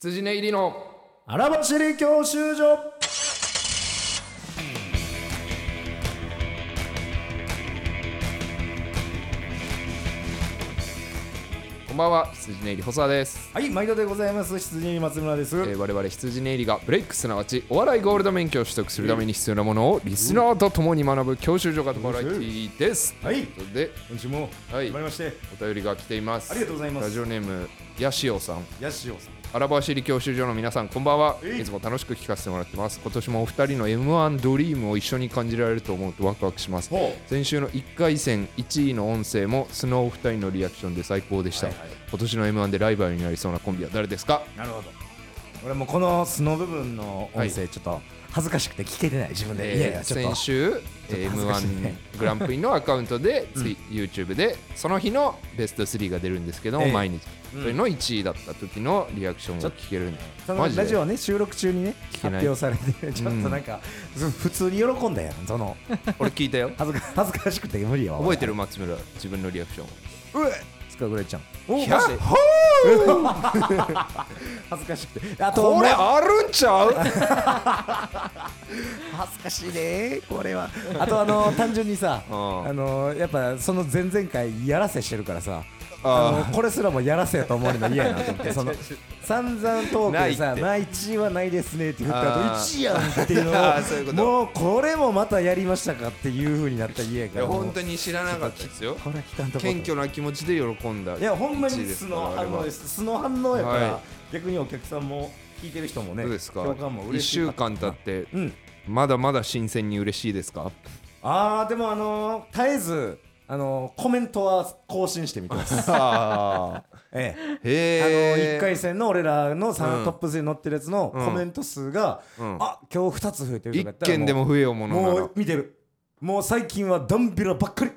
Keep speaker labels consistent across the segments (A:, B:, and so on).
A: 羊ね入りの
B: 荒走り教習所
A: こんばんは羊ね入り細田です、
B: はい毎度でございます羊に松村です、
A: えー、我々羊ね入りがブレイクすなわちお笑いゴールド免許を取得するために必要なものをリスナーと共に学ぶ教習所型バラエティーです
B: はい
A: ということで
B: 今週も
A: はい
B: 頑張りまして、
A: お便りが来ています
B: ありがとうございます
A: ラジオネームヤシオさん
B: ヤシオさん
A: 荒走り教習所の皆さんこんばんは
B: えい
A: いつも楽しく聞かせてもらってます今年もお二人の m 1ドリームを一緒に感じられると思うとワクワクします
B: ほ
A: 先週の1回戦1位の音声もスノーお二人のリアクションで最高でした、
B: はいはい
A: 今年の m 1でライバルになりそうなコンビは誰ですか
B: うなるほど俺もこの素の部分の音声ちょっと恥ずかしくて聞けてない自分で、いやい
A: えー
B: やちょっと
A: 先週
B: ちょっと
A: m
B: 恥ずかしい
A: 1
B: ね
A: グランプリのアカウント で、ツイ YouTube でその日のベスト3が出るんですけども、
B: ええ
A: 毎日
B: うん
A: それの1位だった時のリアクションを聞けるんで
B: その
A: マジで
B: ラジオね収録中にね
A: 聞け
B: 発
A: ない
B: 表さ れてちょっとなんか、そ普通に喜んだよその
A: 俺聞いたよ
B: 恥ずか 恥ずかしくて無理よ
A: 覚えてる松村自分のリアクション
B: うえつかぐれちゃん
A: お
B: ひゃっ
A: マジで
B: ほー 恥ずかしくてあと
A: これ
B: もう
A: あるんち ゃう
B: 恥ずかしいねこれは あとあの単純にさ
A: うん
B: あのやっぱその前々回やらせしてるからさ
A: あ
B: あのこれすらもやらせやと思うの嫌やなと 思ってその散々トークで
A: ない
B: さ
A: って
B: 「一位はないですね」って言った
A: あー
B: 後一位やん」ってい う
A: あーそういうこ
B: のを
A: と
B: もうこれもまたやりましたかっていう風になったら嫌や
A: い
B: か
A: や
B: ら
A: 本当
B: に
A: に知らなかったですよ
B: これは聞かんとこ
A: 謙虚な気持ちで喜んだ
B: いやほんま
A: 一位
B: に
A: です
B: 素
A: から
B: の反応です素の反応やか
A: は
B: ら逆にお客さんも聞いてる人も
A: あれ
B: ね
A: はどうですか
B: 共感も嬉し
A: 1
B: い
A: 週間経って
B: うん
A: まだまだ新鮮に嬉しいです か
B: あーでもあのー、絶えずあのー、コメントは更新してみてます。
A: ああ
B: ええあの
A: へえ
B: 1回戦の俺らのさ
A: うん
B: んトップ3に載ってるやつの
A: うん
B: コメント数が、
A: うん
B: あ今日2つ増えてるとか
A: 一
B: やったら
A: 件でも増えようもの
B: もう
A: な
B: もう見てるもう最近はダンビラばっかり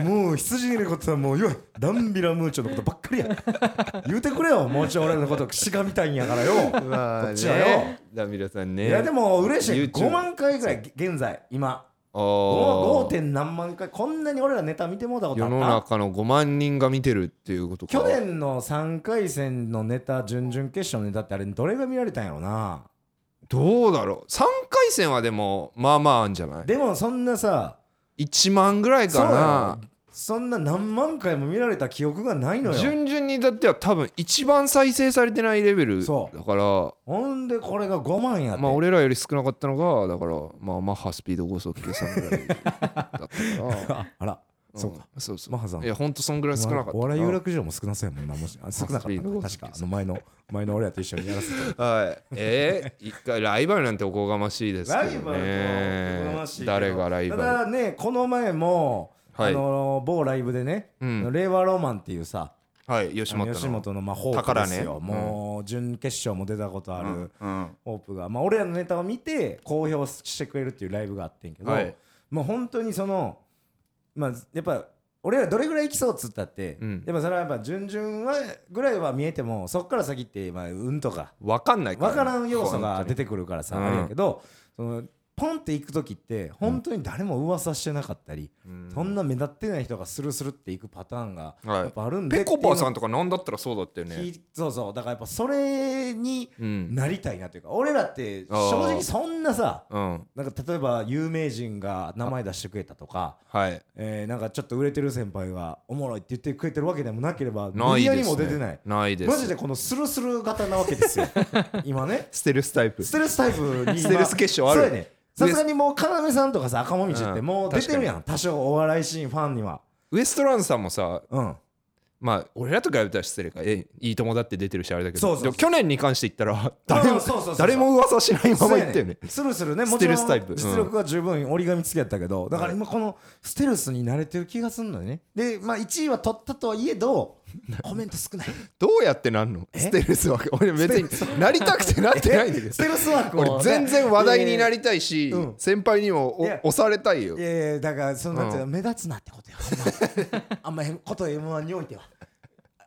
B: もう羊のことはもうよいダンビラムーチョのことばっかりや 言うてくれよもうちょい俺らのことしがみたいんやからよ
A: らまあね
B: こっちはよ
A: ダミラさんね
B: いやでも嬉しい
A: YouTube
B: 5万回ぐらい現在今
A: あ
B: 5.
A: ー
B: 点何万回こんなに俺らネタ見てもうたことあ
A: 世
B: った
A: の中の5万人が見てるっていうことか
B: 去年の3回戦のネタ準々決勝のネタってあれどれが見られたんやろな
A: どうだろう3回戦はでもまあまああんじゃない
B: でもそんなさ
A: 1万ぐらい
B: そうや
A: か
B: ろそんな何万回も見られた記憶がないの
A: な
B: よ
A: 順々にだっては多分一番再生されてないレベルだか
B: そ
A: ら
B: ほんでこれが5万やって、
A: まあ俺らより少なかったのがだからまあマッハスピード5速計算ぐらいだったから
B: ああら、 そうか
A: んそうそう
B: マッハさん
A: いやほんとそんぐらい少なかった
B: お笑い有楽町も少なそうやもんなもしあ少なかった
A: スピード
B: な確かあの 前の前の俺らと一緒にやらせて
A: はいえ ー、一回ライバルなんておこがましいですけどね誰がライ
B: た
A: バル
B: だねこの前も、
A: はい
B: あの某ライブでね、
A: うん
B: 令和ロマンっていうさ
A: はい吉
B: あの
A: 本の
B: 吉本のまあホープ
A: 宝
B: で
A: ね
B: すよ、
A: うん
B: もう準決勝も出たことある、
A: うん
B: ホープが、まあ、俺らのネタを見て公表してくれるっていうライブがあってんけど、
A: はい
B: もう本当にその、まあ、やっぱ俺らどれぐらいいきそうっつったって、
A: うん
B: やっぱそれはやっぱ準々はぐらいは見えてもそっから先って、まあ、運とか
A: 分かんないから
B: 分
A: ね
B: からん要素が出てくるからさ、
A: うん
B: あれやけどそのポンって行く時って本当に誰も噂してなかったり、
A: うん
B: そんな目立ってない人がスルスルっていくパターンが
A: はい
B: やっぱあるんで、
A: ぺこぱさん
B: と
A: とかなんだったらそうだったよね
B: そうそうだからやっぱそれに
A: うん
B: なりたいなというか俺らって正直そんなさ
A: うん
B: なんか例えば有名人が名前出してくれたとか、
A: はい
B: えーなんかちょっと売れてる先輩がおもろいって言ってくれてるわけでもなければ
A: な
B: メ
A: い
B: ディア
A: で
B: にも
A: す、
B: 出
A: ね、
B: てない
A: ないです
B: マジでこのスルスル型なわけです よ今ね
A: ステルスタイプ
B: ステルスタイプに
A: ステルス結晶ある
B: そうやねさすがにもう要さんとかさ赤もみじっ
A: う
B: て
A: ん
B: もう出てるやん多少お笑いシーンファンには
A: ウエストランドさんもさ
B: うん
A: まあ俺らとか言ったら失礼かえいい友だって出てるしあれだけど
B: そうそうそう
A: でも去年に関して言ったら誰も
B: そうそうそうそう
A: 誰も噂しないまま言ったよね
B: スルスルね
A: ス
B: も
A: テ
B: ちろ
A: ルスタイプ
B: ん実力は十分折り紙付きやったけどだから今このステルスに慣れてる気がするのよねでまあ1位は取ったとはいえ どコメント少ない
A: どうやってなんの
B: え
A: ステルスは俺別になりたくてなってないんだけど
B: ステルス枠を
A: 俺全然話題にな
B: り
A: りたいし
B: うん
A: 先輩にもお
B: いや
A: 押されたいよ
B: いやいやだからそのなんていう
A: う
B: の目立つなってことよあんまあんまこと M1 においては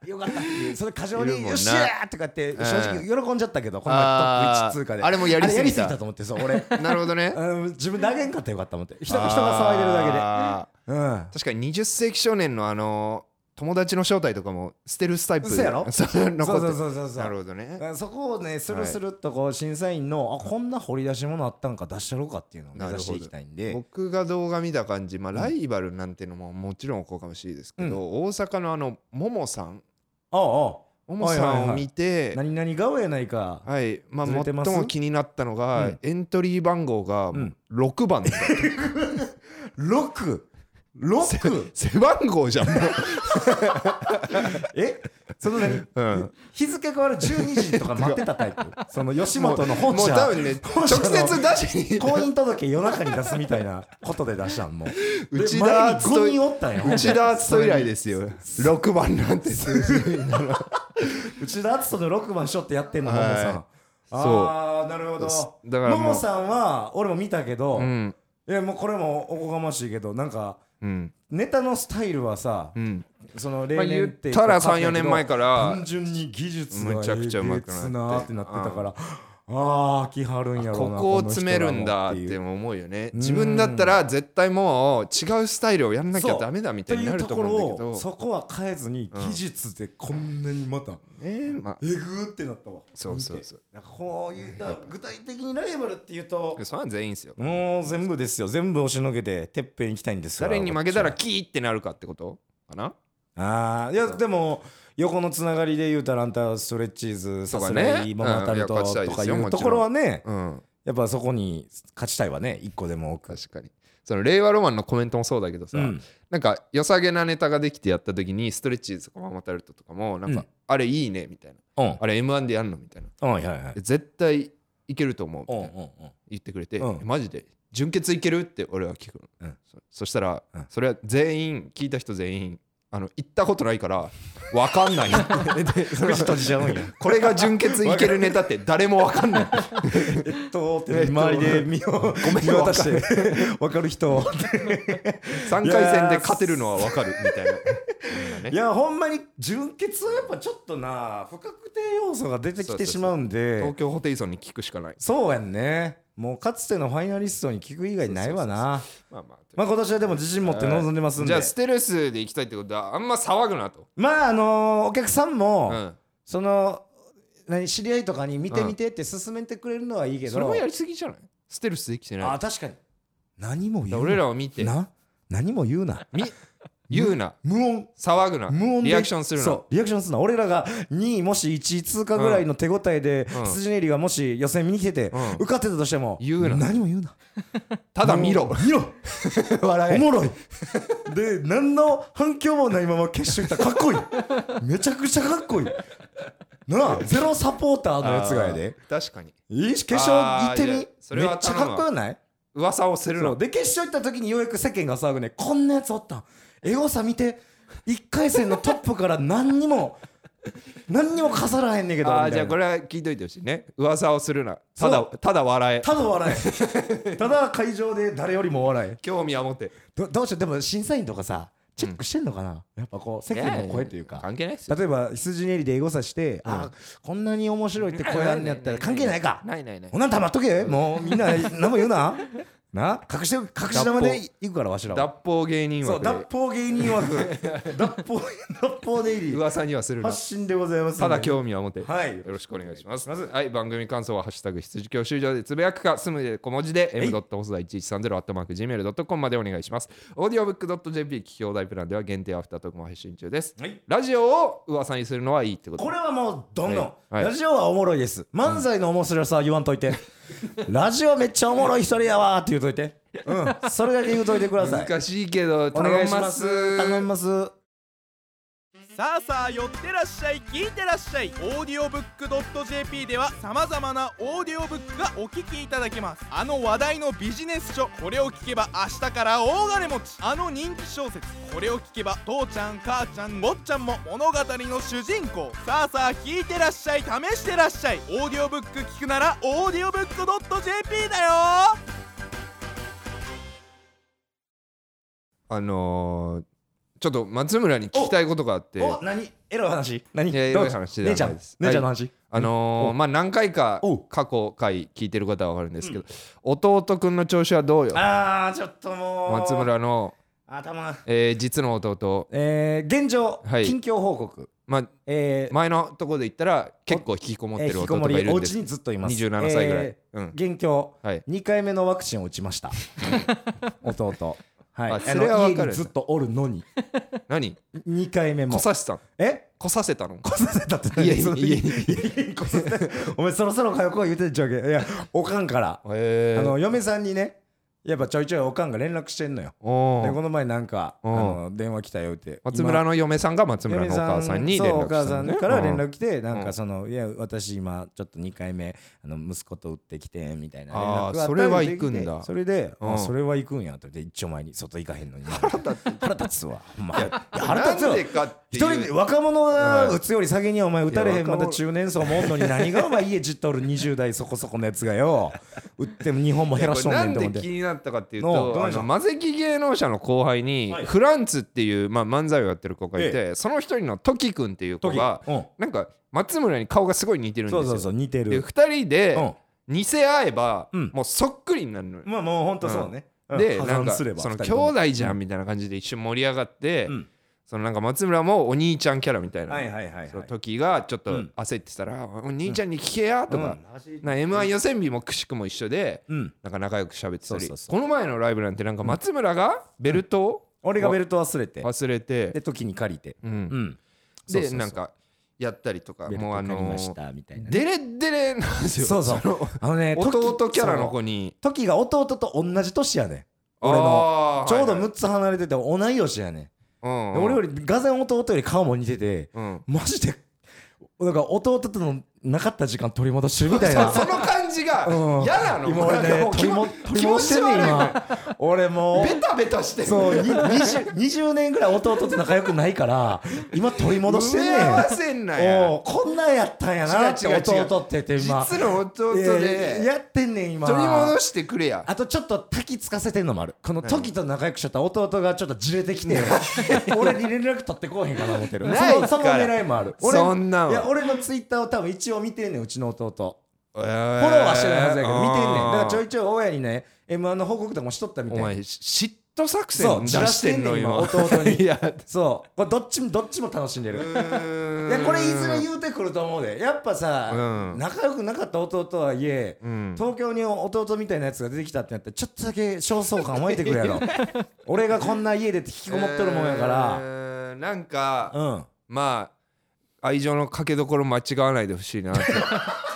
B: よかったっていうそれ過剰
A: いるもん
B: に「
A: な
B: よっしゃ!」とかって正直喜んじゃったけどこの前ト
A: あー
B: ップ1通過で
A: あれもやりすぎた
B: あれやりすぎたと思ってそ う俺
A: なるほどね
B: あの自分投げんかったらよかったと思って人人が騒いでるだけで
A: あー
B: うん
A: 確かに20世紀少年のあの友達の招待とかも捨てるスタイプ
B: そうやろ
A: そう残
B: そう
A: って
B: そう
A: る
B: そうそうそう
A: なるほどね
B: だからそこをねスルスルっとこう審査員の、あこんな掘り出し物あったんか出してやろうかっていうのを目指していきたいんで
A: 僕が動画見た感じ、まあ、ライバルなんてのももちろんおこがましいですけど、
B: うん
A: 大阪のあのももさん
B: あああ
A: ももさ
B: はいはい
A: ん
B: は
A: を
B: い
A: 見て、
B: 何々顔やないか
A: はい、まあ、
B: ずれて
A: 最
B: ます
A: も気になったのが、
B: うん
A: エントリー番号が
B: うん
A: 6番 だった、
B: 6六
A: 背番号 じゃん、も
B: えその何
A: ううん、
B: 日付変わる12時とか待ってたタ イプその吉本の本
A: もう
B: 社
A: 多分ね直
B: 本社の
A: 接出しに
B: 婚姻届夜中に出すみたいな ことで出した んもう
A: 内田篤
B: 厚人
A: 人
B: おったんよ
A: 内田篤人以来ですよ6番なんて数字
B: 内田篤人の6番しょってやってんのも
A: はい
B: もさんああなるほど
A: だからもう
B: ももさんは俺も見たけど
A: うん
B: いやもうこれもおこがましいけどなんか
A: うん
B: ネタのスタイルはさ
A: うん
B: その
A: ま
B: 例
A: あ
B: 年
A: 言
B: っ
A: ってたら3、4年前
B: ら
A: から
B: 単純に技術が
A: むちゃくちゃ上手くなって
B: えげつなーってなってたからああー来はるんやろ
A: こ
B: うな
A: こを詰めるんだっ
B: この人らもってい
A: て
B: う
A: 思うよね
B: うん
A: 自分だったら絶対もう違うスタイルをやんなきゃ
B: そう
A: ダメだみ
B: と
A: たいに
B: い
A: な
B: う
A: る
B: と
A: と
B: ころ
A: 思うんだけ
B: を
A: ど
B: そこは変えずに
A: うん
B: 技術でこんなにまた
A: えーまあ
B: えぐーってなったわ
A: そうそうそう
B: 見てなんかこういうだから具体的にライバルっていうと
A: それは全員ですよ
B: もう全部ですよ全部押しのけててっぺん行きたいんです
A: 誰に負けたらキーってなるかってことかな
B: ああいやでも横のつながりで言うたらあんたストレッチーズ
A: と
B: さ
A: か
B: す
A: ね
B: らい桃太
A: う
B: 郎
A: んいや勝ちた
B: と
A: い
B: と
A: です
B: か
A: よ
B: いうところはね
A: うん
B: やっぱそこに勝ちたいわね一個でも多く
A: 確かにその令和ロマンのコメントもそうだけどさ、
B: うん
A: なんか良さげなネタができてやった時にストレッチーズとかママタルトとかもなんか、
B: うん
A: あれいいねみたいな
B: うん
A: あれ M1 でやんのみたいな
B: うんはいはい
A: 絶対いけると思うみ
B: う
A: たい
B: んう
A: なん
B: うん
A: 言ってくれて、
B: うん
A: マジで純潔いけるって俺は聞くの、
B: うん
A: そそしたら、
B: うん
A: それは全員聞いた人全員あの行ったことないから分かんないで その
B: 口閉じちゃうんや
A: これが純潔いけるネタって誰も分かんない
B: えっとって
A: えっと
B: 周りで見よう
A: ごめん
B: 見渡して分か る人
A: 3回戦で勝てるのは分かるみたいなみんなね
B: いやほんまに純潔はやっぱちょっとな不確定要素が出てきてしまうんで
A: 東京ホテイソンに聞くしかない
B: そうやんねもうかつてのファイナリストに聞く以外ないわな
A: まあまあ
B: まあ今年はでも自信持って臨んでますんで
A: じゃあステルスで行きたいってことはあんま騒ぐなと、
B: まああのーお客さん
A: う
B: も
A: ん、
B: その何知り合いとかに見て見てって勧めてくれるのはいいけど
A: それもやりすぎじゃないステルスできてない
B: あ確かに何も
A: だ
B: 言
A: か
B: う
A: ら俺
B: な
A: らを見て
B: な何も言うな
A: み言うな
B: 無音
A: 騒ぐな
B: 無音で
A: リアクションするな
B: そうリアクションするな俺らが2位もし1位通過ぐらいの手応えで、
A: うん
B: 羊ネリがもし予選見に来てて、
A: うん
B: 受かってたとしても
A: 言うな
B: 何も言うな
A: ただ見ろ
B: もう見ろ
A: 笑
B: おもろいで何の反響もないまま決勝行ったらかっこいいめちゃくちゃかっこいいなあゼロサポーターのやつがやで
A: 確かに
B: いいし決勝行ってみ
A: あーいや
B: めっち
A: それ
B: ゃ
A: は頼むわ
B: かっこよない
A: 噂をする
B: そう
A: の
B: で決勝行った時にようやく世間が騒ぐねこんなやつおったんエゴさ見て1回戦のトップから何にも何にも飾らへんねんけど
A: あ
B: み
A: ー
B: た
A: じゃあ
B: い
A: こ
B: な
A: れは聞いといてほしいね噂をするな
B: そ
A: た
B: う
A: だただ笑え
B: ただ笑えただ会場で誰よりも笑え
A: 興味は持て
B: どどうしようでも審査員とかさチェックしてんのかな、やっぱこう世間の声というか
A: 関係ないっすよ
B: 例えば羊練りでエゴさして、あーこんなに面白いって声あんねやったら関係ないか
A: ないないない
B: ほんなん黙っとけもうみ んな何も言うなな隠して隠し玉で行くからわしらは
A: 脱法芸人
B: そう
A: 枠
B: 脱
A: で
B: 法芸人枠 脱法脱法出 入り
A: 噂にはするな
B: 発信でございますんで
A: ただ興味は持て、
B: はい
A: よろしくお願いします。はい、番組感想は「ハッシュタグ羊教習所」でつぶやくか、すむで小文字で
B: い
A: m. 細田1130 gmail.com までお願いします。オーディオブック .jp 聞き放題プランでは限定アフタートークも配信中です。
B: はい
A: ラジオを噂にするのはいいってこと
B: これはもうどんどん、
A: はいはい
B: ラジオはおもろいです漫才の面白さは言わんとい て、ラジオめっちゃおもろい一人やわーって言うといてうんそれだけ言うといてください
A: 難しいけど、
B: お
A: 頼
B: 願い
A: み
B: し
A: ま
B: ます
A: す。
B: 頼みます
C: さあさあ寄ってらっしゃい聞いてらっしゃいオーディオブックドット JP ではさまざまなオーディオブックがお聞きいただけますあの話題のビジネス書これを聞けば明日から大金持ちあの人気小説これを聞けば父ちゃん母ちゃん坊ちゃんも物語の主人公さあさあ聞いてらっしゃい試してらっしゃいオーディオブック聞くならオーディオブックドット JP だよ
A: あのー、ちょっと松村に聞きたいことがあって、
B: お何エロい話何
A: いやエロい話
B: どうぞ姉
A: じ
B: ち
A: ゃ
B: ゃ
A: ない
B: ん
A: です
B: 姉ちゃんの話、
A: あのー、まあ何回か
B: おう
A: 過去回聞いてる方は分かるんですけど、弟くんの調子はどうよ
B: あーちょっともう
A: 松村の
B: 頭
A: えー実の弟、
B: えー、現状、
A: はい
B: 近況報告
A: まあ、
B: えー
A: 前のところで言ったら結構引きこもっ
B: え
A: て
B: ー
A: る
B: 引きこ
A: 弟
B: も
A: がい
B: り
A: る
B: お
A: んで
B: 家
A: す
B: にずっといます
A: 27歳ぐらい、
B: え
A: うん
B: ー現況
A: はい
B: 2回目のワクチンを打ちました 弟はい
A: あそれはわかるんだ
B: あの家にずっとおるのに
A: 何
B: 2回目
A: こ
B: も
A: させたの
B: え
A: こさせたの
B: こさせたって何
A: 家に
B: その
A: 家に
B: 家にこさせたお前そろそろ通こう言うてんちゃうけどいやおかんから
A: え
B: あ
A: ー、
B: の嫁さんにねやっぱちょいちょいおかんが連絡してんのよ
A: お
B: で
A: ー
B: この前なんかあ
A: うん
B: の電話来たよって
A: 松村の嫁さんが松村のお母さんに連
B: そう
A: 絡
B: お
A: した
B: 母さ
A: の
B: ん
A: ね
B: から連
A: うん
B: 絡来てなん
A: うん
B: かそのいや私今ちょっと2回目あの息子と打ってきてみたいな連絡が
A: あー
B: ったり
A: それは行くんだ
B: それで
A: うん
B: あそれは行くんやとで一丁前に外行かへんのに腹立つ腹立つわほんまいや腹立つ
A: な
B: わ
A: んでかって
B: 一人
A: い
B: で
A: う
B: 若者が
A: はい
B: 打つより先にお前打たれへん
A: いや若
B: ま
A: 者
B: た中年層もおんのに何がお前家じっとおる20代そこそこのやつがよ打っても日本も減らしとんねんと
A: な
B: 思っ
A: んで気
B: て
A: になったかっていう
B: の
A: と
B: どう
A: あ
B: でしょ
A: の
B: う
A: マゼキ芸能者の後輩に
B: はい
A: フランツっていう、まあ、漫才をやってる子がいて、その一人のトキ君っていう子が
B: うん
A: なんか松村に顔がすごい似てるんです
B: そ
A: よ
B: うそうそう似て
A: で
B: る
A: 2人で
B: う
A: 似せ合えば、
B: うん
A: もうそっくりになるのよ、
B: んまあもうほんとそうねうん
A: で
B: 破
A: なん
B: 産
A: か
B: す
A: そ
B: れば
A: の兄
B: 二人とも
A: 弟じゃんみたいな感じで一瞬盛り上がって、
B: うん
A: そのなんか松村もお兄ちゃんキャラみたいな、
B: はいはいはいはい
A: その時がちょっと
B: うん
A: 焦ってたら「お兄ちゃんに聞けや」とか「な m 1予選日もくしくも一緒で
B: うん
A: なんか仲良く喋ってた
B: そう
A: り
B: そうそ
A: この前のライブなんてなんか松村がベルトを
B: 俺がベルト忘れて
A: 忘れ
B: で
A: て、
B: 時に借りて
A: う、
B: うんんそうそう
A: で
B: そう
A: なんかやったりとか
B: ベル
A: もうあ
B: ト借り
A: の
B: ましたみたいなね
A: デレデレなんですよ
B: そうそう
A: の
B: あのね
A: 弟
B: 時
A: キャラの
B: そう
A: 子に
B: 時が弟と同じ年やねん俺の
A: あー
B: ちょうど
A: はいはい
B: 6つ離れてて同い年やねん
A: うんうん
B: 俺よりがぜん弟より顔も似てて
A: うん
B: マジでなんか弟とのなかった時間取り戻してるみたい な
A: その感じが
B: うん
A: 嫌なの
B: 今俺
A: なんか
B: ね
A: もう
B: 取りも取り戻してんねん今俺も
A: ベタベタして
B: う
A: る
B: そうに 20, 20年ぐらい弟と仲良くないから今取り戻してん
A: 埋め合わ
B: ね
A: せんなん
B: お
A: や
B: うこんなんやったんやなって
A: 違う違う違う
B: 弟って言って今
A: 実の弟
B: いや
A: で
B: やってんねん今
A: 取り戻してくれや
B: あとちょっと滝つかせてんのもあるこの時と仲良くしちゃった弟がちょっとじれてきて 俺に連絡取ってこうへんかな思ってる
A: ない
B: そのその
A: から
B: 狙いもある俺
A: そんなんはい
B: や俺のツイッターを多分一応見てんねんうちの弟
A: フォロ
B: フォローはしてないはずやけど見てんねんだからちょ
A: い
B: いちょい親にね M1 の報告とかもしとったみ
A: お
B: たい
A: 前嫉妬作
B: そ
A: 戦
B: う
A: 出してんの
B: 出してんねん今
A: 今
B: 弟に
A: いや
B: そうこれどっちもどっちも楽しんでるいやこれいずれ言うてくると思うでやっぱさ
A: うん
B: 仲良くなかった弟はいえ
A: うん
B: 東京に弟みたいなやつが出てきたってなってちょっとだけ焦燥感湧いてくるやろ 俺がこんな家で引きこもっとるもんやから、
A: らなんか
B: うん
A: まあ愛情のかけどころ間違わないでほしい なって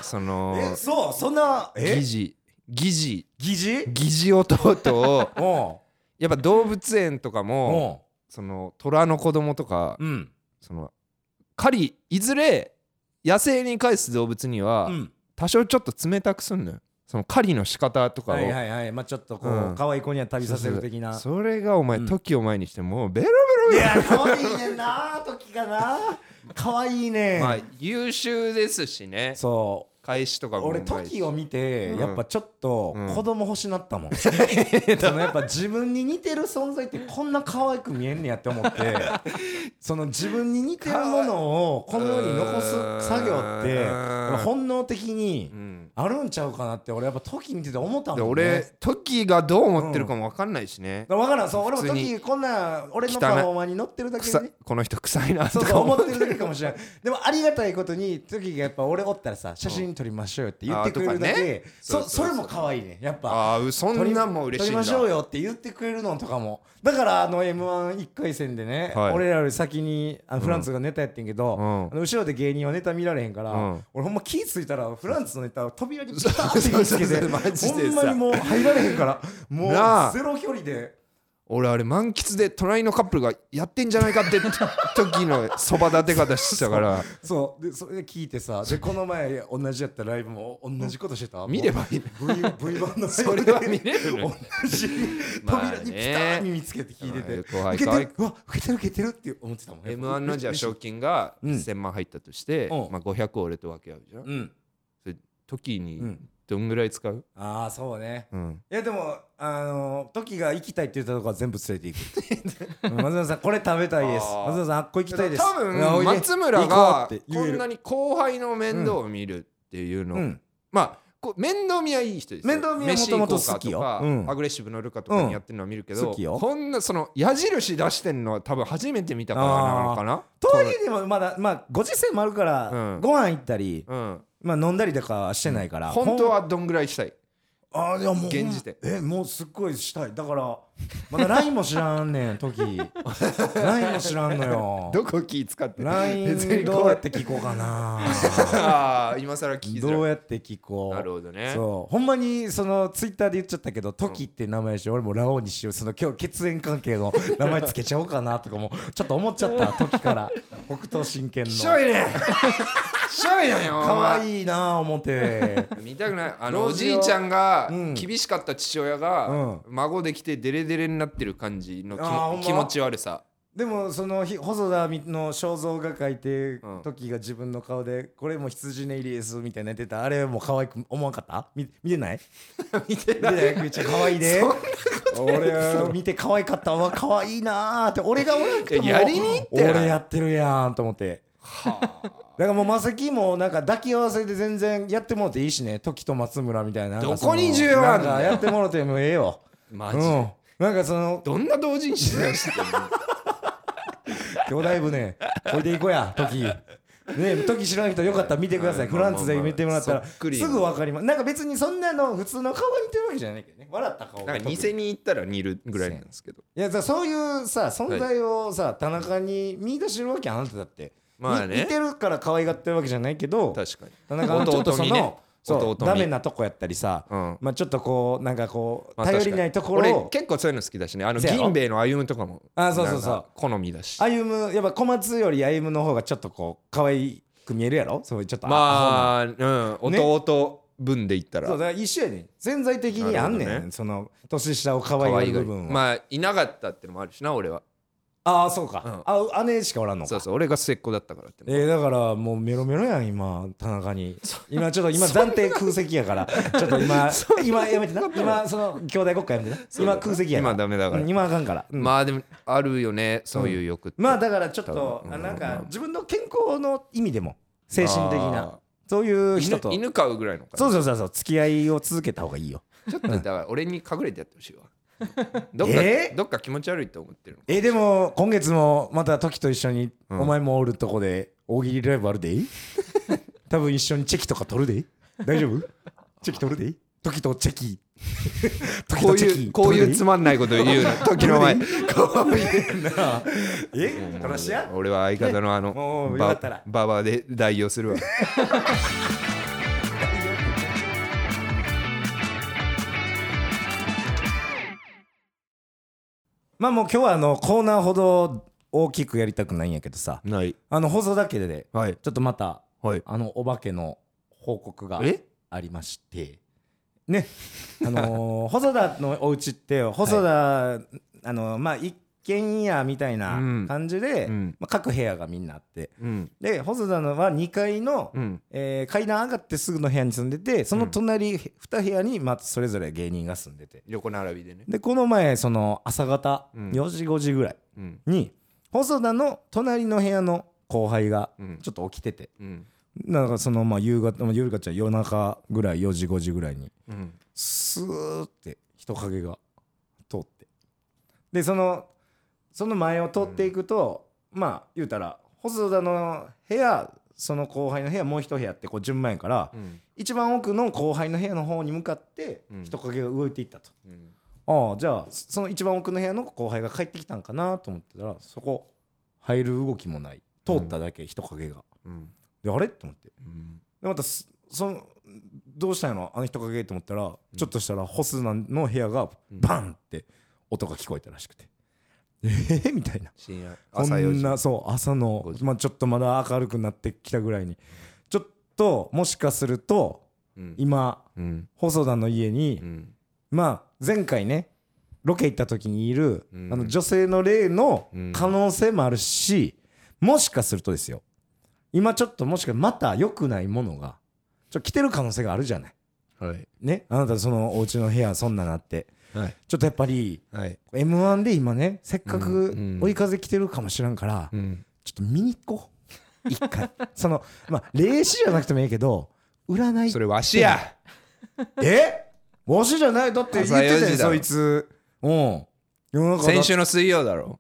A: その
B: えそうそんなえ
A: 疑似疑似
B: 疑似
A: 疑似弟を
B: お
A: やっぱ動物園とか
B: う
A: も
B: お
A: その虎の子供とか
B: ううん
A: その狩りいずれ野生に返す動物には
B: うん
A: 多少ちょっと冷たくすんのよその狩りの仕方とかを
B: はいはいはいまあちょっとこ
A: う
B: うん可愛い子には旅させる的な
A: そうそうそれがお前
B: うん
A: 時を前にしてもうベロ
B: いや可愛いねんな時かな可愛いね
A: まあ優秀ですしね
B: そう
A: 返しとかも
B: 俺
A: うまいし
B: 時を見て、
A: うん
B: やっぱちょっと
A: うん
B: 子供欲しなったもん、 そのやっぱ自分に似てる存在ってこんな可愛く見えんねやって思って その自分に似てるものをこの世に残す作業って
A: うーん
B: 本能的に
A: うん
B: あるんちゃうかなって俺やっぱ時見てて思ったもん、
A: で
B: ね、
A: 俺時がどう思ってるかも分かんないしね
B: 分からんそう俺も
A: 普通に
B: 時こんな俺の
A: 汚い
B: パフォーマーに乗ってるだけで
A: 臭
B: ね
A: いこの人臭いな
B: そ
A: と
B: うそう
A: か
B: 思
A: 思
B: ってるだけかもしれないでもありがたいことに時がやっぱ俺おったらさ写真撮りましょうよって言ってくれるだ
A: あーと
B: け、
A: かね
B: そ
A: そうそうそう
B: それも可愛いねやっぱ
A: ああそんなんも嬉しいんだ
B: 撮りましょうよって言ってくれるのとかもだからあの m 1 1回戦でね、
A: はい
B: 俺らより先にあのフランツがネタやってんけど、
A: うん
B: あの後ろで芸人はネタ見られへんから、
A: うん
B: 俺ほんま気ぃ付いたらフランツのネタを扉にピタッて
A: そう
B: つ
A: そう
B: け
A: そう
B: て
A: マジ
B: ほ
A: で
B: ん
A: さ
B: まにもう入られへんからもう
A: なあ
B: ゼロ距離で
A: 俺あれ満喫で隣のカップルがやってんじゃないかって時のそば立て方してたから
B: そうでそれで聞いてさでこの前同じやったライブも同じことしてた
A: 見れ
B: ば
A: ばいいの
B: V, v 版の
A: それは見れるの
B: 同じ
A: まあね
B: 扉にピタッに見つけて聞いてて、
A: まあ
B: 受け
A: 後
B: て
A: 輩
B: るうわ受けてる受けてるって思ってたもん
A: M1 のじゃあ賞金が
B: うん
A: 1000万入ったとして、
B: うん
A: まあ、500俺と分け合うじゃん、
B: うん
A: それ時
B: う
A: に
B: ん
A: どんぐらい使う、
B: ああそうね
A: うん、
B: いやでもあの時が行きたいって言ったとこは全部連れて行く うん松村さんこれ食べたいです
A: あー
B: 松村さんあっこ行きたいです
A: 多
B: うんお
A: 分
B: いで
A: 松村
B: 行こ
A: が
B: うって
A: こ
B: 言え
A: ん
B: る
A: なに後輩の面倒を見るっていうの、
B: うん
A: まあこう面倒見はいい人ですよ
B: 面倒見はもともと好き
A: 飯行こうかと
B: よ
A: か
B: うん
A: アグレッシブのルカとかにやってるのは見るけ
B: うん
A: ど、
B: 好きよ
A: こんなその矢印出してんのは多分初めて見たからなのかな
B: とはいえでもまだまあご時世もあるから、
A: うん
B: ご飯行ったり、
A: うん、
B: まあ飲んだりとかはしてないから、
A: 本当はどんぐらいしたい
B: あーいやもう
A: 現時点
B: えもうすっごいしたいだからまだ LINE も知らんね ん時 LINE も知らんのよ
A: どこ気使って別に
B: LINE
A: こ
B: どうやって聞こうかな
A: ああ今更聞きづらい
B: どうやって聞こう
A: なるほどね
B: そうほんまにそのツイッターで言っちゃったけど「トキ」って名前やし俺もラオウにしようその今日血縁関係の名前つけちゃおうかなとかもちょっと思っちゃった時から北斗神拳 の
A: しょいねしょいなよ
B: かわ
A: い
B: いいなあ思って
A: 見たくないあの
B: ど
A: お
B: うし
A: じ
B: よう
A: いちゃんが
B: うん
A: 厳しかった父親が、
B: うん
A: 孫できてデレデレになってる感じのき
B: あーほんま
A: 気持ち悪さ
B: でもそのひ細田の肖像が描いて
A: うん
B: 時が自分の顔で「これも羊ネイリです」みたいなやってたあれもう可愛く思わんかったみ見 てない見てないめっちゃ可愛いで俺は見て可愛かったわ可愛いなーって俺がおらんくても
A: いややりに行って
B: 俺やってるやんと思ってだからもうマセキもなんか抱き合わせで全然やってもろていいしね時と松村みたいななんかその
A: どこに需要あん
B: なん
A: だよ
B: かやってもろてもええよ
A: マ
B: う
A: ジ、
B: んなんかその
A: どんな同人誌だよしてんの
B: 兄弟船こいでいこうや時ねえ時知らない人よかったら見てください
A: うん
B: フランツで見てもらった
A: まあ
B: ら
A: まあまあそっ
B: す
A: くり
B: ぐわかりますなんか別にそんなの普通の顔が似てるわけじゃないけどね笑った顔が
A: なんか
B: い
A: 偽に行ったら似るぐらいなんですけど
B: やだからそういうさ存在をさ田中に見出してるわけやんあなただって
A: まあね
B: に似てるから可愛がってるわけじゃないけど
A: 確かに
B: 田中はちょっとそ
A: 弟にね
B: のそう
A: 弟に
B: ダメなとこやったりさ
A: うん
B: まあちょっとこうなんかこう
A: まあ
B: 頼りないところ
A: 俺
B: を
A: 結構そういうの好きだしねあの
B: せやろ
A: 銀兵衛の歩むとかも
B: あそうそうそう
A: なんか好みだし
B: 歩むやっぱ小松より歩むの方がちょっとこう可愛く見えるやろそういうちょっとアホな
A: まあうん
B: ね
A: 弟分で言ったら
B: そうだから一緒やねん潜在的にあんね
A: なるほ
B: ん
A: ど
B: その年下を可
A: 可愛
B: 愛
A: い
B: い
A: が
B: 部分は、
A: まあいなかったってのもあるしな俺は
B: ああそうか、あ姉しかおらんの
A: そう
B: か
A: そう俺が末っ子だったからってのも
B: えー、だからもうメロメロやん今田中に今ちょっと今暫定空席やからちょっと今今やめてな今その兄弟国家やめて
A: う
B: な
A: だ
B: 今空席や
A: 今ダメだから
B: うん今あかんから、うん
A: まあでもあるよねそういう欲って、
B: まあだからちょっと、
A: うん
B: あなんか自分の健康の意味でも精神的
A: あー
B: なそういう人
A: 犬
B: と
A: 犬飼うぐらいのか
B: そ
A: な
B: うそうそうそう付き合いを続けた方がいいよ
A: ちょっとだから俺に隠れてやってほし いわどっか、
B: えー
A: どっか気持ち悪いと思ってるの
B: えーでも今月もまた時と一緒に
A: うん
B: お前もおるとこで大喜利ライブある で多分一緒にチェキとか取るで大丈夫チェキ取るで時とチ ェキ時
A: ことう
B: チェ
A: い
B: キ
A: うこういう
B: 取
A: つ
B: る
A: まんないこと言うの 時の前
B: でなあ え殺しや
A: 俺は相方のあの、
B: もうよか
A: バ
B: ったら
A: ババアで代用するわ
B: まあもう今日はあのコーナーほど大きくやりたくないんやけどさ
A: ない
B: あの放送だけで
A: はい
B: ちょっとまた
A: はい
B: あのお化けの報告が
A: え
B: ありましてね あのー細田のお家って細田、あのーまあ一軒家みたいな
A: うん
B: 感じで、
A: うん
B: まあ、各部屋がみんなあって
A: うん
B: で細田のは2階の、
A: うん
B: えー階段上がってすぐの部屋に住んでてその隣2部屋にまあそれぞれ芸人が住んでて
A: 横並びでね
B: でこの前その朝方
A: うん
B: 4時5時ぐらい
A: うん
B: に細田の隣の部屋の後輩が
A: うん
B: ちょっと起きてて
A: うん
B: なんかそのまあ夕方まあ夜かちゃん夜中ぐらい4時5時ぐらいに
A: うん
B: スーって人影が通ってでそのその前を通っていくと、まあ言うたら細田の部屋その後輩の部屋もう一部屋ってこう順番やから、
A: うん
B: 一番奥の後輩の部屋の方に向かって
A: うん
B: 人影が動いていったと、
A: うん
B: ああじゃあその一番奥の部屋の後輩が帰ってきたんかなと思ってたらそこ入る動きもない通っただけ人影が、
A: うん
B: であれと思って
A: うん
B: でまたすそのどうしたんやろあの人影と思ったら、ちょっとしたらホスナの部屋がバンって音が聞こえたらしくて、ええみたいな
A: 深夜
B: こ
A: 朝4
B: ん
A: 時
B: なそう朝の
A: 5、時
B: まあ、ちょっとまだ明るくなってきたぐらいにちょっともしかすると
A: うん
B: 今
A: うん
B: 細田の家に、
A: うん
B: まあ前回ねロケ行った時にいる、
A: うん
B: あの女性の例の
A: うん
B: 可能性もあるし、もしかするとですよ今ちょっともしかまた良くないものがちょっと来てる可能性があるじゃない
A: はい
B: ねあなたそのお家の部屋そんななって
A: はい
B: ちょっとやっぱり
A: はい、
B: m 1で今ねせっか
A: う
B: く
A: んうん
B: 追い風来てるかもしらんから、
A: うん、
B: ちょっと見に行こう一回そのまあ霊視じゃなくてもいいけど占い
A: それわしや
B: えわしじゃないだって言って
A: 朝4
B: たよ
A: 時だろ
B: そいつうん世の中だ
A: 先週の水曜だろ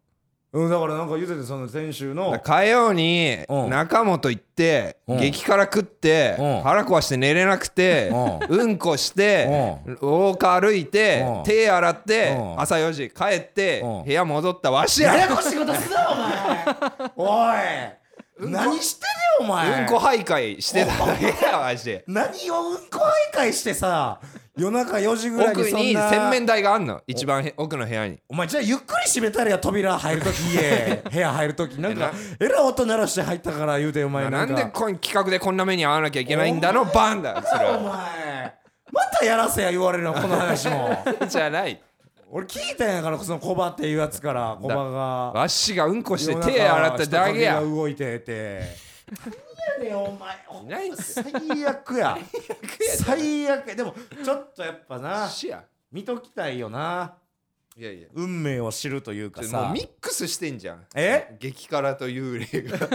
B: うんだからなんか言っててその先週の
A: 火曜に
B: うん
A: 中本行って
B: うん
A: 激辛食って
B: うん
A: 腹壊して寝れなくてうんこして
B: う
A: ウォーカー歩いて
B: うん
A: 手洗って
B: うん
A: 朝4時帰って
B: うん
A: 部屋戻ったわし
B: や
A: や
B: やこしいことすなお前おい何してねお前
A: うんこ徘徊してただけやわし
B: 何をうんこ徘徊してさ夜中4時ぐらいに
A: 奥
B: そんな
A: に洗面台があんの一番へ奥の部屋に
B: お前じゃあゆっくり閉めたらや扉入ると き家部屋入るときなんかえらい音鳴らして入ったから言うてお前
A: な
B: なん
A: ん
B: か
A: でこん企画でこんな目に遭わなきゃいけないんだのバンだそれ
B: お
A: は
B: 前またやらせや言われるのこの話も
A: じゃない
B: 俺聞いたんやからそのコバっていうやつからコバが
A: わしがうんこして手洗っただけ
B: 夜中人
A: や
B: 影が動いてて何やねんお前ほんま
A: ないっす
B: 最悪や最悪やでもちょっとやっぱな
A: しや
B: 見ときたいよない
A: やいや
B: 運命を知るというか
A: ちょも
B: さ
A: うミックスしてんじゃん
B: え
A: 激辛と幽霊 が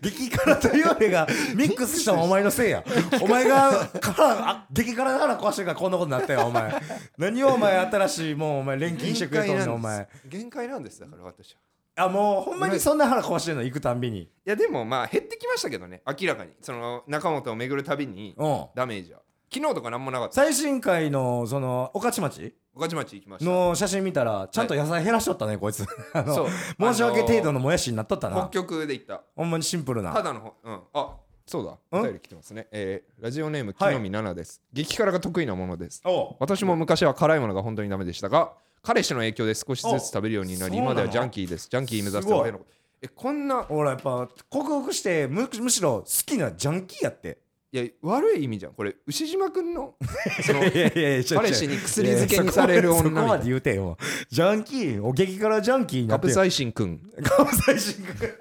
B: 激辛と幽霊がミックスしたのはお前のせいやお前がからあ激辛だから壊してるからこんなことになったよお前何をお前新しいもうお前錬金してくれとんねんお前
A: 限界なんですだから私は
B: あもうほんまにそんな腹壊してんの行くたんびに
A: いやでもまあ減ってきましたけどね明らかにその中本を巡るたびに
B: うん
A: ダメージは昨日とか何もなかった
B: 最新回のその御徒町
A: 御徒町行きました
B: の写真見たらちゃんと野菜減らしとったね、こいつ あの
A: そう
B: 申し訳程度のもやしになっとった
A: あ
B: な、
A: の北極で行った
B: ほんまにシンプルな
A: ただのほうんあそうだ
B: ん
A: お便り来てますねえーラジオネーム木
B: はい
A: の実奈々です激辛が得意なものです
B: おう
A: 私も昔は辛いものが本当にダメでしたが彼氏の影響で少しずつ食べるようになり
B: お
A: 今で
B: そうな
A: は
B: の
A: ジャンキーですジャンキー目指し
B: す
A: て
B: ごい
A: おへのえこんな
B: ほらやっぱ克服してむむしろ好きなジャンキーやって
A: いや悪い意味じゃんこれ牛島くん のその
B: いやいやいやちょ
A: 彼氏に薬漬けにされる女み
B: そこ
A: たい
B: ま
A: な
B: で言うてよジャンキーお激辛ジャンキーにな
A: カ
B: って
A: プサイシンくん
B: カプサイシング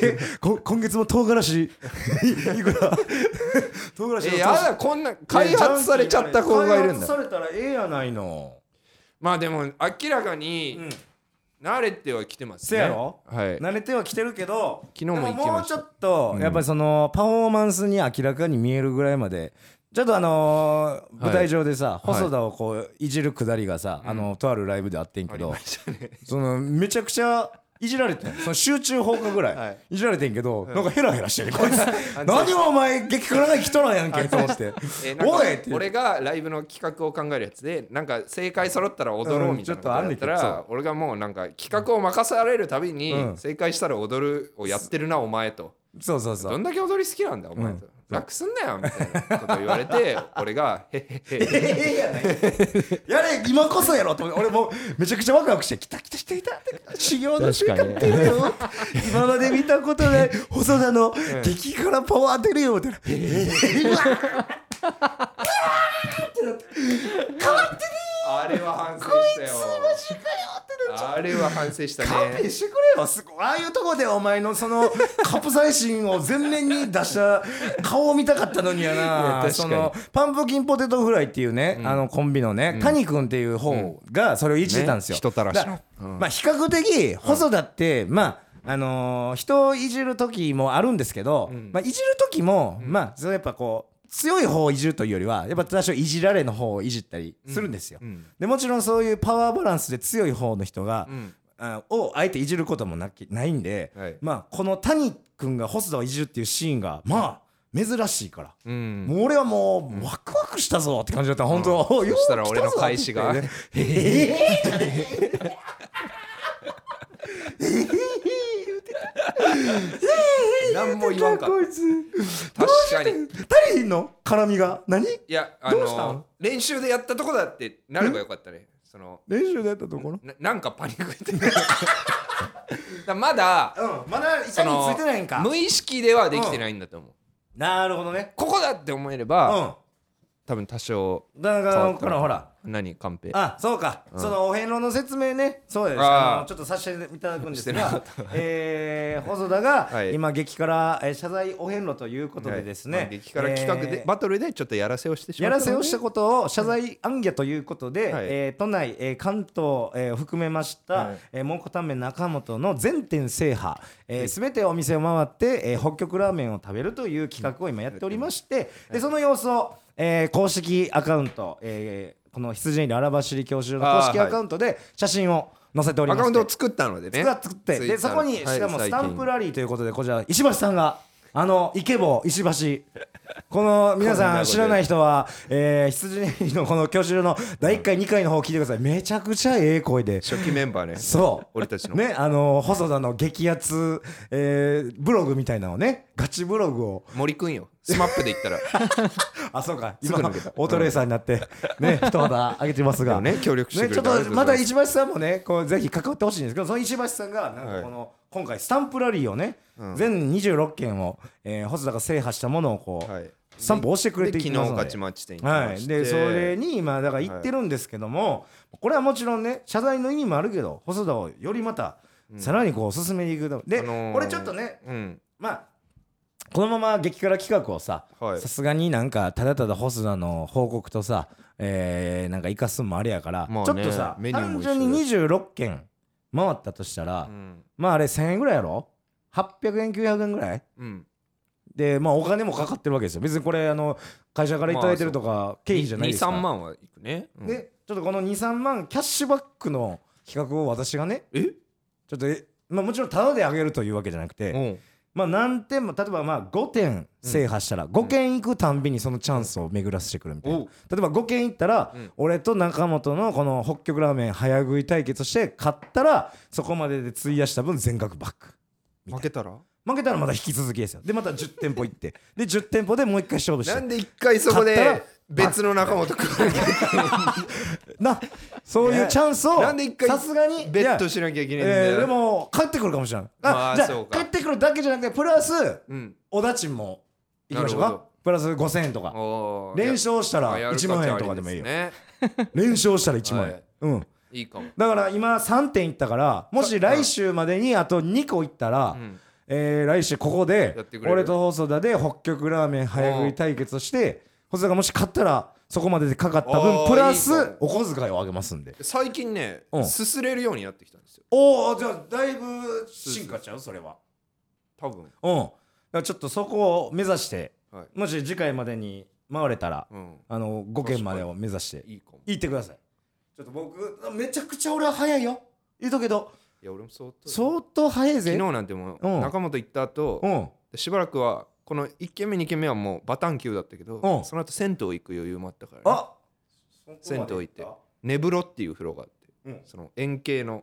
B: え こ今月も唐辛子 いくら 唐辛子の
A: えやだこんな開発されちゃった子がいるん
B: 開発さ
A: だ
B: れたらええやないの
A: まあでも明らかに
B: うん
A: 慣れてはきてますね
B: せやろ
A: はい
B: 慣れてはきてるけど
A: 昨日も行きました
B: でももうちょっとやっぱりそのパフォーマンスに明らかに見えるぐらいまでちょっとあのー舞台上でさ、細田をこういじるくだりがさ、あのとあるライブであってんけど、そのめちゃくちゃいじられてんその集中放課ぐらい、
A: はい
B: い、じられてんけど、なんかヘラヘラしてる こいつ何をお前激辛なきとらんやんけと思って
A: えーなんか
B: おいって言って
A: 俺がライブの企画を考えるやつでなんか正解揃ったら踊ろうみたいなことやった
B: うんちょっとあんねんけどそ
A: ら
B: う
A: 俺がもうなんか企画を任されるたびに
B: うん
A: 正解したら踊るをやってるなお前と
B: そうそうそ
A: ど
B: うん
A: だけ踊り好きなんだお前と楽すんなよみたいなこと言われて俺がへへへ
B: ええやないやれ今こそやろと思って俺もうめちゃくちゃワクワクしてきたきたきたきた修行の瞬間っていうのを今まで見たことない細田の激辛パワー出るよみたいな「えーうわー
A: あれは反省したよ
B: マジかよ」ってな
A: あれは反省した
B: 勘
A: ね
B: 弁してくれよすごいああいうとこでお前の そのカプサイシンを前面に出した顔を見たかったのにや
A: 確
B: な
A: かに
B: そのパンプキンポテトフライっていうね、あのコンビのね、谷君っていう方がそれをいじってたんですよ、
A: ね人たらしの
B: だまあ比較的細田って、まああのー人をいじる時もあるんですけど、まあ、いじる時も、まあそれやっぱこう強い方をいじるというよりはやっぱ多少いじられの方をいじったりするんですよ、
A: うん
B: でもちろんそういうパワーバランスで強い方の人が、
A: うん
B: あをあえていじることもなきないんで、
A: はい
B: まあこの谷君が細田をいじるっていうシーンがまあ珍しいから、
A: うん
B: もう俺はもうワクワクしたぞって感じだった本当、おいよ
A: そしたら
B: う来
A: 俺の
B: ぞ
A: 返しが
B: って言ってね
A: 何も言わんかっ
B: こいつ
A: た確かに
B: 谷の絡みが何
A: いやあ
B: どうしたん
A: の練習でやったとこだってなればよかったねその
B: 練習でやったところ
A: ななんかパニック ってだからまだ
B: うんまだ
A: そ
B: 痛み
A: の
B: ついてないんか
A: 無意識ではできてないんだと思う、
B: なるほどね
A: ここだって思えれば、
B: う
A: 多分多少
B: んだから
A: 変わ
B: ほ
A: った
B: らほら
A: 何カンペ
B: あそうか、そのお遍路の説明ねそうです
A: あー
B: あのちょっとさせていただくんです
A: してな
B: が、えー細田が、
A: はい
B: 今激辛、えー謝罪お遍路ということでですね、
A: はいまあ激辛企画で、
B: えー
A: バトルでちょっとやらせをしてしま
B: や
A: った
B: ら
A: ので
B: せをしたことを謝罪暗夜ということで、
A: はい
B: えー都内、えー関東、えー含めました、
A: はい
B: えー蒙古タンメン中本の全店制覇すべ、えー全てお店を回って、えー北極ラーメンを食べるという企画を今やっておりまして、でその様子を、えー公式アカウント、えーこの羊入り荒走り教習所の公式アカウントで写真を載せており
A: ア
B: ま
A: カウン
B: して
A: トを作ったのでね
B: が作って
A: ツイッタ
B: で
A: ー
B: そこにしかも
A: はい
B: スタンプ
A: 最
B: ラリーということでこちら石橋さんがあのイケボー石橋 この皆
A: こんな
B: さん
A: ことで
B: 知らない人は、えー、羊ネギのこ の教習所の第1回2回の方を聞いてくださいめちゃくちゃええ声で
A: 近初期メン バーね
B: そう
A: 俺たちの
B: ねあの細田の激アツ、えーブログみたいなのをねガチブログを
A: 森くんよスマップで言ったら
B: あそうか
A: すぐ
B: 今
A: 抜けた
B: オートレーサーになって、 ね一肌上げてますが
A: でもね協力して
B: ね、
A: くれ
B: ち
A: て
B: ょ
A: あ
B: っ
A: りがとう
B: と
A: ござ
B: ま
A: いま
B: た
A: す
B: 石橋さんもねこうぜひ関わってほしいんですけどその石橋さんがなんかこの、今回スタンプラリーをね、全26件を、えー、細田が制覇したものをこう、
A: はい
B: スタンプ押してくれて
A: で
B: いき
A: 昨日
B: ますので
A: 勝ちマッチ店行き
B: は
A: ま
B: い、
A: し
B: で
A: て
B: それに今だから言ってるんですけども、これはもちろんね謝罪の意味もあるけど細田をよりまたさらにこう進めていくとで、
A: あのー
B: これちょっとね
A: うん
B: まあこのまま激辛企画をさ
A: はい
B: さすがになんかただただ細田の報告とさ、えーなんか生かすのもあれやから、
A: まあね
B: ちょっとさ
A: メニューも
B: 単
A: 一緒だ
B: 純に26件回ったとしたら、
A: うん
B: まああれ1000円ぐらいやろ800円900円ぐらい
A: うん
B: でまあお金もかかってるわけですよ別にこれあの会社から頂いただいてるとか経費じゃないですか
A: 23
B: ら、
A: 万はいくねうん
B: でちょっとこの23万キャッシュバックの企画を私がね
A: え
B: ちょっとえ、まあ、もちろんタダであげるというわけじゃなくて、
A: うん
B: まあ何点も例えばまあ5点制覇したら5件行くたんびにそのチャンスを巡らせてくるみたいな、
A: おう
B: 例えば5件行ったら、
A: うん
B: 俺と中本のこの北極ラーメン早食い対決をして勝ったらそこまでで費やした分全額バック
A: 負けたら
B: 負けたらまた引き続きですよでまた10店舗行ってで10店舗でもう一回勝負して
A: なんで一回そこ
B: 勝
A: で
B: ったら
A: 別の中本 くん
B: なそういうチャンスを
A: なんで一回
B: さすがに
A: ベッ
B: いや
A: ドしなきゃいけないんだ
B: えー、
A: よ
B: でも帰ってくるかもしれないあ、
A: まあ
B: じゃ
A: そう
B: あ
A: か
B: 帰ってくるだけじゃなくてプラス
A: うん
B: おだちんもいきましょう
A: なるほ
B: か
A: ど
B: プラス5000円とか
A: おー
B: 連勝した
A: いや
B: ら
A: まあやる
B: 1万
A: 価値
B: 円
A: あり
B: とかでもいいよ、
A: すね
B: 連勝したら1万円、
A: はい
B: うん
A: いいかも
B: だから今3点いったからもし来週までにあと2個いったら、
A: うん
B: えー来週ここで
A: やってくれる
B: 俺と細田で北極ラーメン早食い対決をして細田がもし勝ったらそこまででかかった
A: お
B: 分
A: ー
B: プ
A: い
B: ラ
A: いか
B: スお小遣いをあげますんで
A: 最近ね
B: うん
A: すすれるようになってきたんですよ
B: おおじゃあだいぶ進化ちゃうそれは
A: 多分
B: うんだからちょっとそこを目指して
A: はい
B: もし次回までに回れたら、
A: うん
B: あの5件までを目指して
A: いいかも
B: 行ってくださいちょっと僕めちゃくちゃ俺は早いよ言うとくけど
A: いや俺も相当
B: 相当早い
A: 昨
B: ぜ
A: 日なんても
B: う
A: うん中本行った後
B: うん
A: しばらくはこの1軒目2軒目はもうバタン級だったけど
B: うん
A: その後銭湯行く余裕もあったからね、
B: あ
A: 銭湯行って寝風呂っていう風呂があって、
B: うん
A: その円形の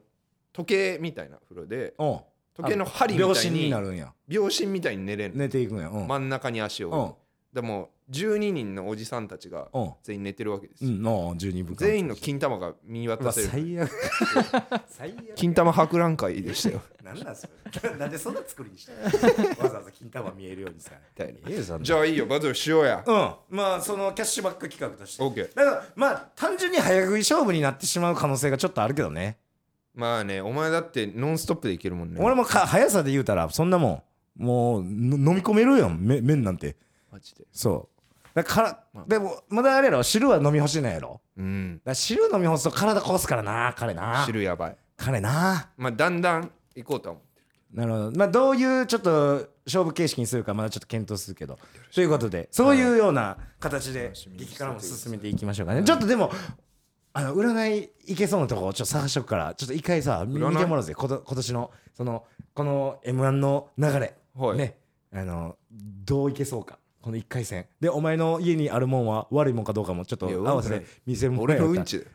A: 時計みたいな風呂で
B: うん
A: 時計の針みたいに
B: 秒針になるんや
A: 秒針みたいに寝れんの
B: 寝ていくんやうん、
A: 真ん中に足を
B: う
A: 置い
B: ん
A: て、でも12人のおじさんたちが
B: うん
A: 全員寝てるわけです
B: う
A: よ、
B: んの12分間
A: 全員の金玉が見
B: う
A: 渡
B: わ
A: せる
B: 最悪 最悪
A: 金玉博覧会でした よ
B: なんなんそれ なんでそんな作りにした のわざわざ金玉見えるようにさ
A: みたいな
B: ええそんな
A: じゃあいいよバトルしようや
B: うんまあそのキャッシュバック企画として
A: OK
B: だからまあ単純に早食い勝負になってしまう可能性がちょっとあるけどね
A: まあねお前だってノンストップでいけるもんね
B: 俺もか速さで言うたらそんなもんもうの飲み込めるよめ麺なんて
A: マジで
B: そうだから、でもまだあれやろ汁は飲み干しないやろ
A: うん
B: だから汁飲み干すと体壊すからな彼な
A: 汁やばい
B: 彼な
A: まあだんだん行こうとは思ってる
B: なるほどまあどういうちょっと勝負形式にするかまだちょっと検討するけどということでそういうような形で
A: しみに
B: 激辛も進めていきましょうかねちょっとでもあの占いいけそうなとこをちょっと探しとくからちょっと一回さ見
A: 占い
B: てもらおうぜこと今年のそのこの m 1の流れ、
A: はい
B: ねあのどういけそうかこの1回戦でお前の家にあるもんは悪いもんかどうかもちょっと
A: いや
B: 合わせ
A: 悪
B: て
A: くない
B: 見せもら
A: 俺
B: えた
A: の
B: ら
A: うんちだよ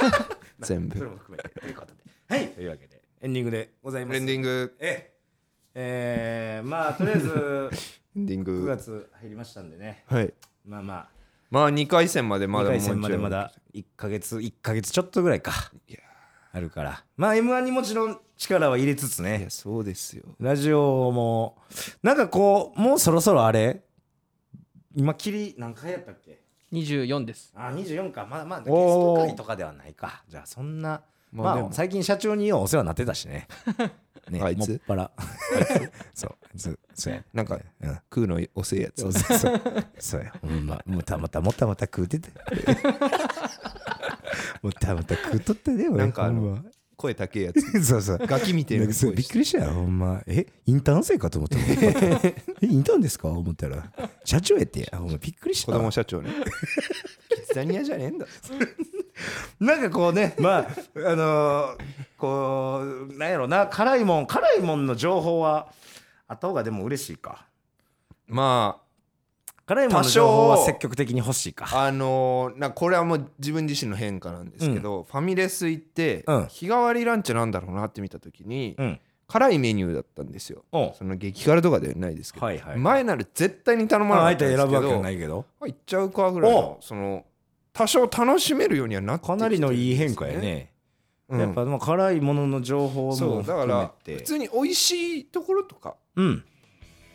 A: 全
B: そ
A: 部
B: れも含めてということではいというわけでエンディングでございます
A: エンディング
B: えええー、まあとりあえ ず
A: エンディン
B: 9
A: グ
B: 月入りましたんでね
A: はい
B: まあま
A: まあ2回戦まで
B: あ
A: ま
B: 2
A: だ
B: 回戦まで
A: もう
B: ま
A: ちょい
B: だ1か月1か月ちょっとぐらいか
A: いや
B: あるからまあ m 1にもちろん力は入れつつ
A: い
B: ね
A: やそうですよ
B: ラジオもなんかこうもうそろそろあれ今切り何回やったっけ
D: 24です
B: あ24かまだまだゲス
A: お
B: ト
A: ー
B: 会とかではないかじゃあそんな
A: ま
B: ま
A: あ
B: あ
A: でも、
B: 最近社長にようお世話になってたしね ね
A: あいつ
B: もっぱら そうそうそうや
A: なんか
B: うん
A: 食うの遅いやつ
B: そうそうそう そうやほんまもたまたもたもた食う ててもたまた食うとったでも
A: なんかあの
B: ほんま
A: 声高いやつ
B: そうそう
A: ガキみてえ
B: な
A: なん
B: かそう
A: 声
B: びっ
A: して
B: くりしたよほんまえインターン生かと思った もんえインターンですか思ったら社長やってほんまびっくりし
A: 子
B: たわ
A: 供社長ね キッザニアじゃねえんだ
B: なんかこう ね、まあ、あのーこう、なんやろな、辛いもん、辛いもんの情報は、あった方がでも嬉しいか。
A: まあ
B: 辛いもんの情報は積極的に欲しいか。
A: あのー、なんかこれはもう自分自身の変化なんですけど、ファミレス行って、
B: うん
A: 日替わりランチなんだろうなって見た時に、
B: うん
A: 辛いメニューだったんですよ
B: おう
A: その激辛とかではないですけど、
B: はいはい。
A: 前なら絶対に頼まな
B: まあ、
A: か
B: あ
A: っ
B: え
A: たんで
B: て
A: す
B: 選
A: けど
B: ぶわけはないけど。
A: まあ行っちゃうかぐらいのその多少楽しめるようにはなってきてる
B: か
A: んです
B: な
A: よね
B: りのいい変化や、ね。
A: うん
B: やっぱ、まあ、辛いものの情報
A: そ
B: も
A: うだか
B: 含め
A: ら
B: て。
A: 普通に美味しいところとか
B: うん。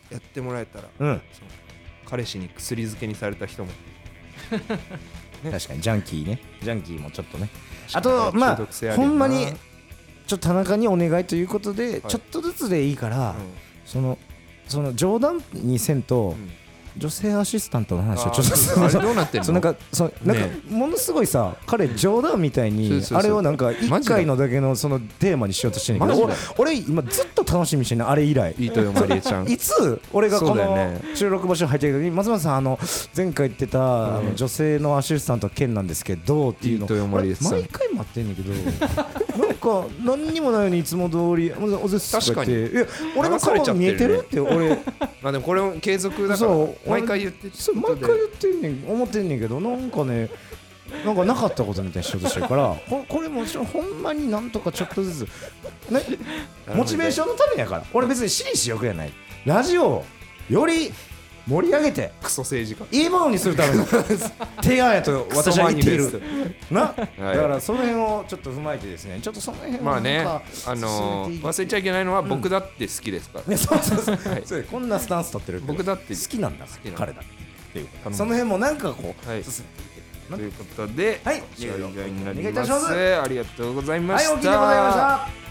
A: やってもらえたら
B: うん。
A: 彼氏に薬漬けにされた人も
B: 確かに、ジャンキーね。ジャンキーもちょっとね。
A: 中
B: あと、ま
A: 毒性あ
B: あ、
A: る
B: ほ
A: よなん
B: まに、ちょっと田中にお願いということで、ちょっとずつでいいから、
A: う
B: その、その冗談にせん
A: ん
B: と、
A: うん
B: 女性アシスタントの話
A: あ
B: はちょっと
A: ーあれどうなってん
B: そ
A: の
B: うなんかそうなんか
A: ね
B: ものすごいさ彼冗談みたい
A: そう
B: に
A: そうそう
B: あれをなんか
A: マ
B: 1
A: ジだ
B: 回のだけのそのテーマにしようとしてんねんけど
A: マジだ
B: 俺俺今ずっと楽しみにしてんねんあれ以来
A: いいとよマリエちゃん
B: いつ俺がこ
A: そうだよ
B: の
A: ね
B: 収録場所に入ってる時に松本さんあの前回言ってたあの女性のアシスタント兼なんですけどっていう
A: い
B: の
A: いとよマリエさん
B: 俺毎回待ってんねんけど なんか何にもないのにいつも通り「おぜっす」とか言って「いや俺の
A: 流されちゃ
B: 顔
A: ってる
B: 見
A: ね
B: えてる?」って俺
A: まあでもこれも継続だから
B: そう
A: 毎回言って
B: そう毎回言ってんねん思ってんねんけどなんかねなんかなかったことみたいにしようとしてるから ここれもちろんほんまになんとかちょっとずつ、 ね、モチベーションのためやから俺別に私利私欲やないラジオをより盛り上げて
A: クソ政治家
B: いいものにするた めの提案やと私は言ってい
A: クソ
B: るな、
A: い
B: だからその辺をちょっと踏まえてですねちょっとその辺を
A: まあね
B: なんか
A: あのー
B: 進めてい
A: 忘れちゃいけないのは僕だって好きですから、
B: ね、そうそうそう、
A: はい
B: そうこんなスタンス取ってる
A: 僕だって
B: 好きなんだ
A: きなんだ
B: 彼だっていう
A: 頼む
B: その辺もなんかこう、
A: はい
B: 進めていけたら
A: と
B: な
A: いうことで、
B: はい
A: 終了にな
B: お願い
A: り
B: いた
A: ま
B: し
A: す
B: ます
A: ありがとうございま
B: は
A: し
B: い、
A: た、
B: お聞きでございました。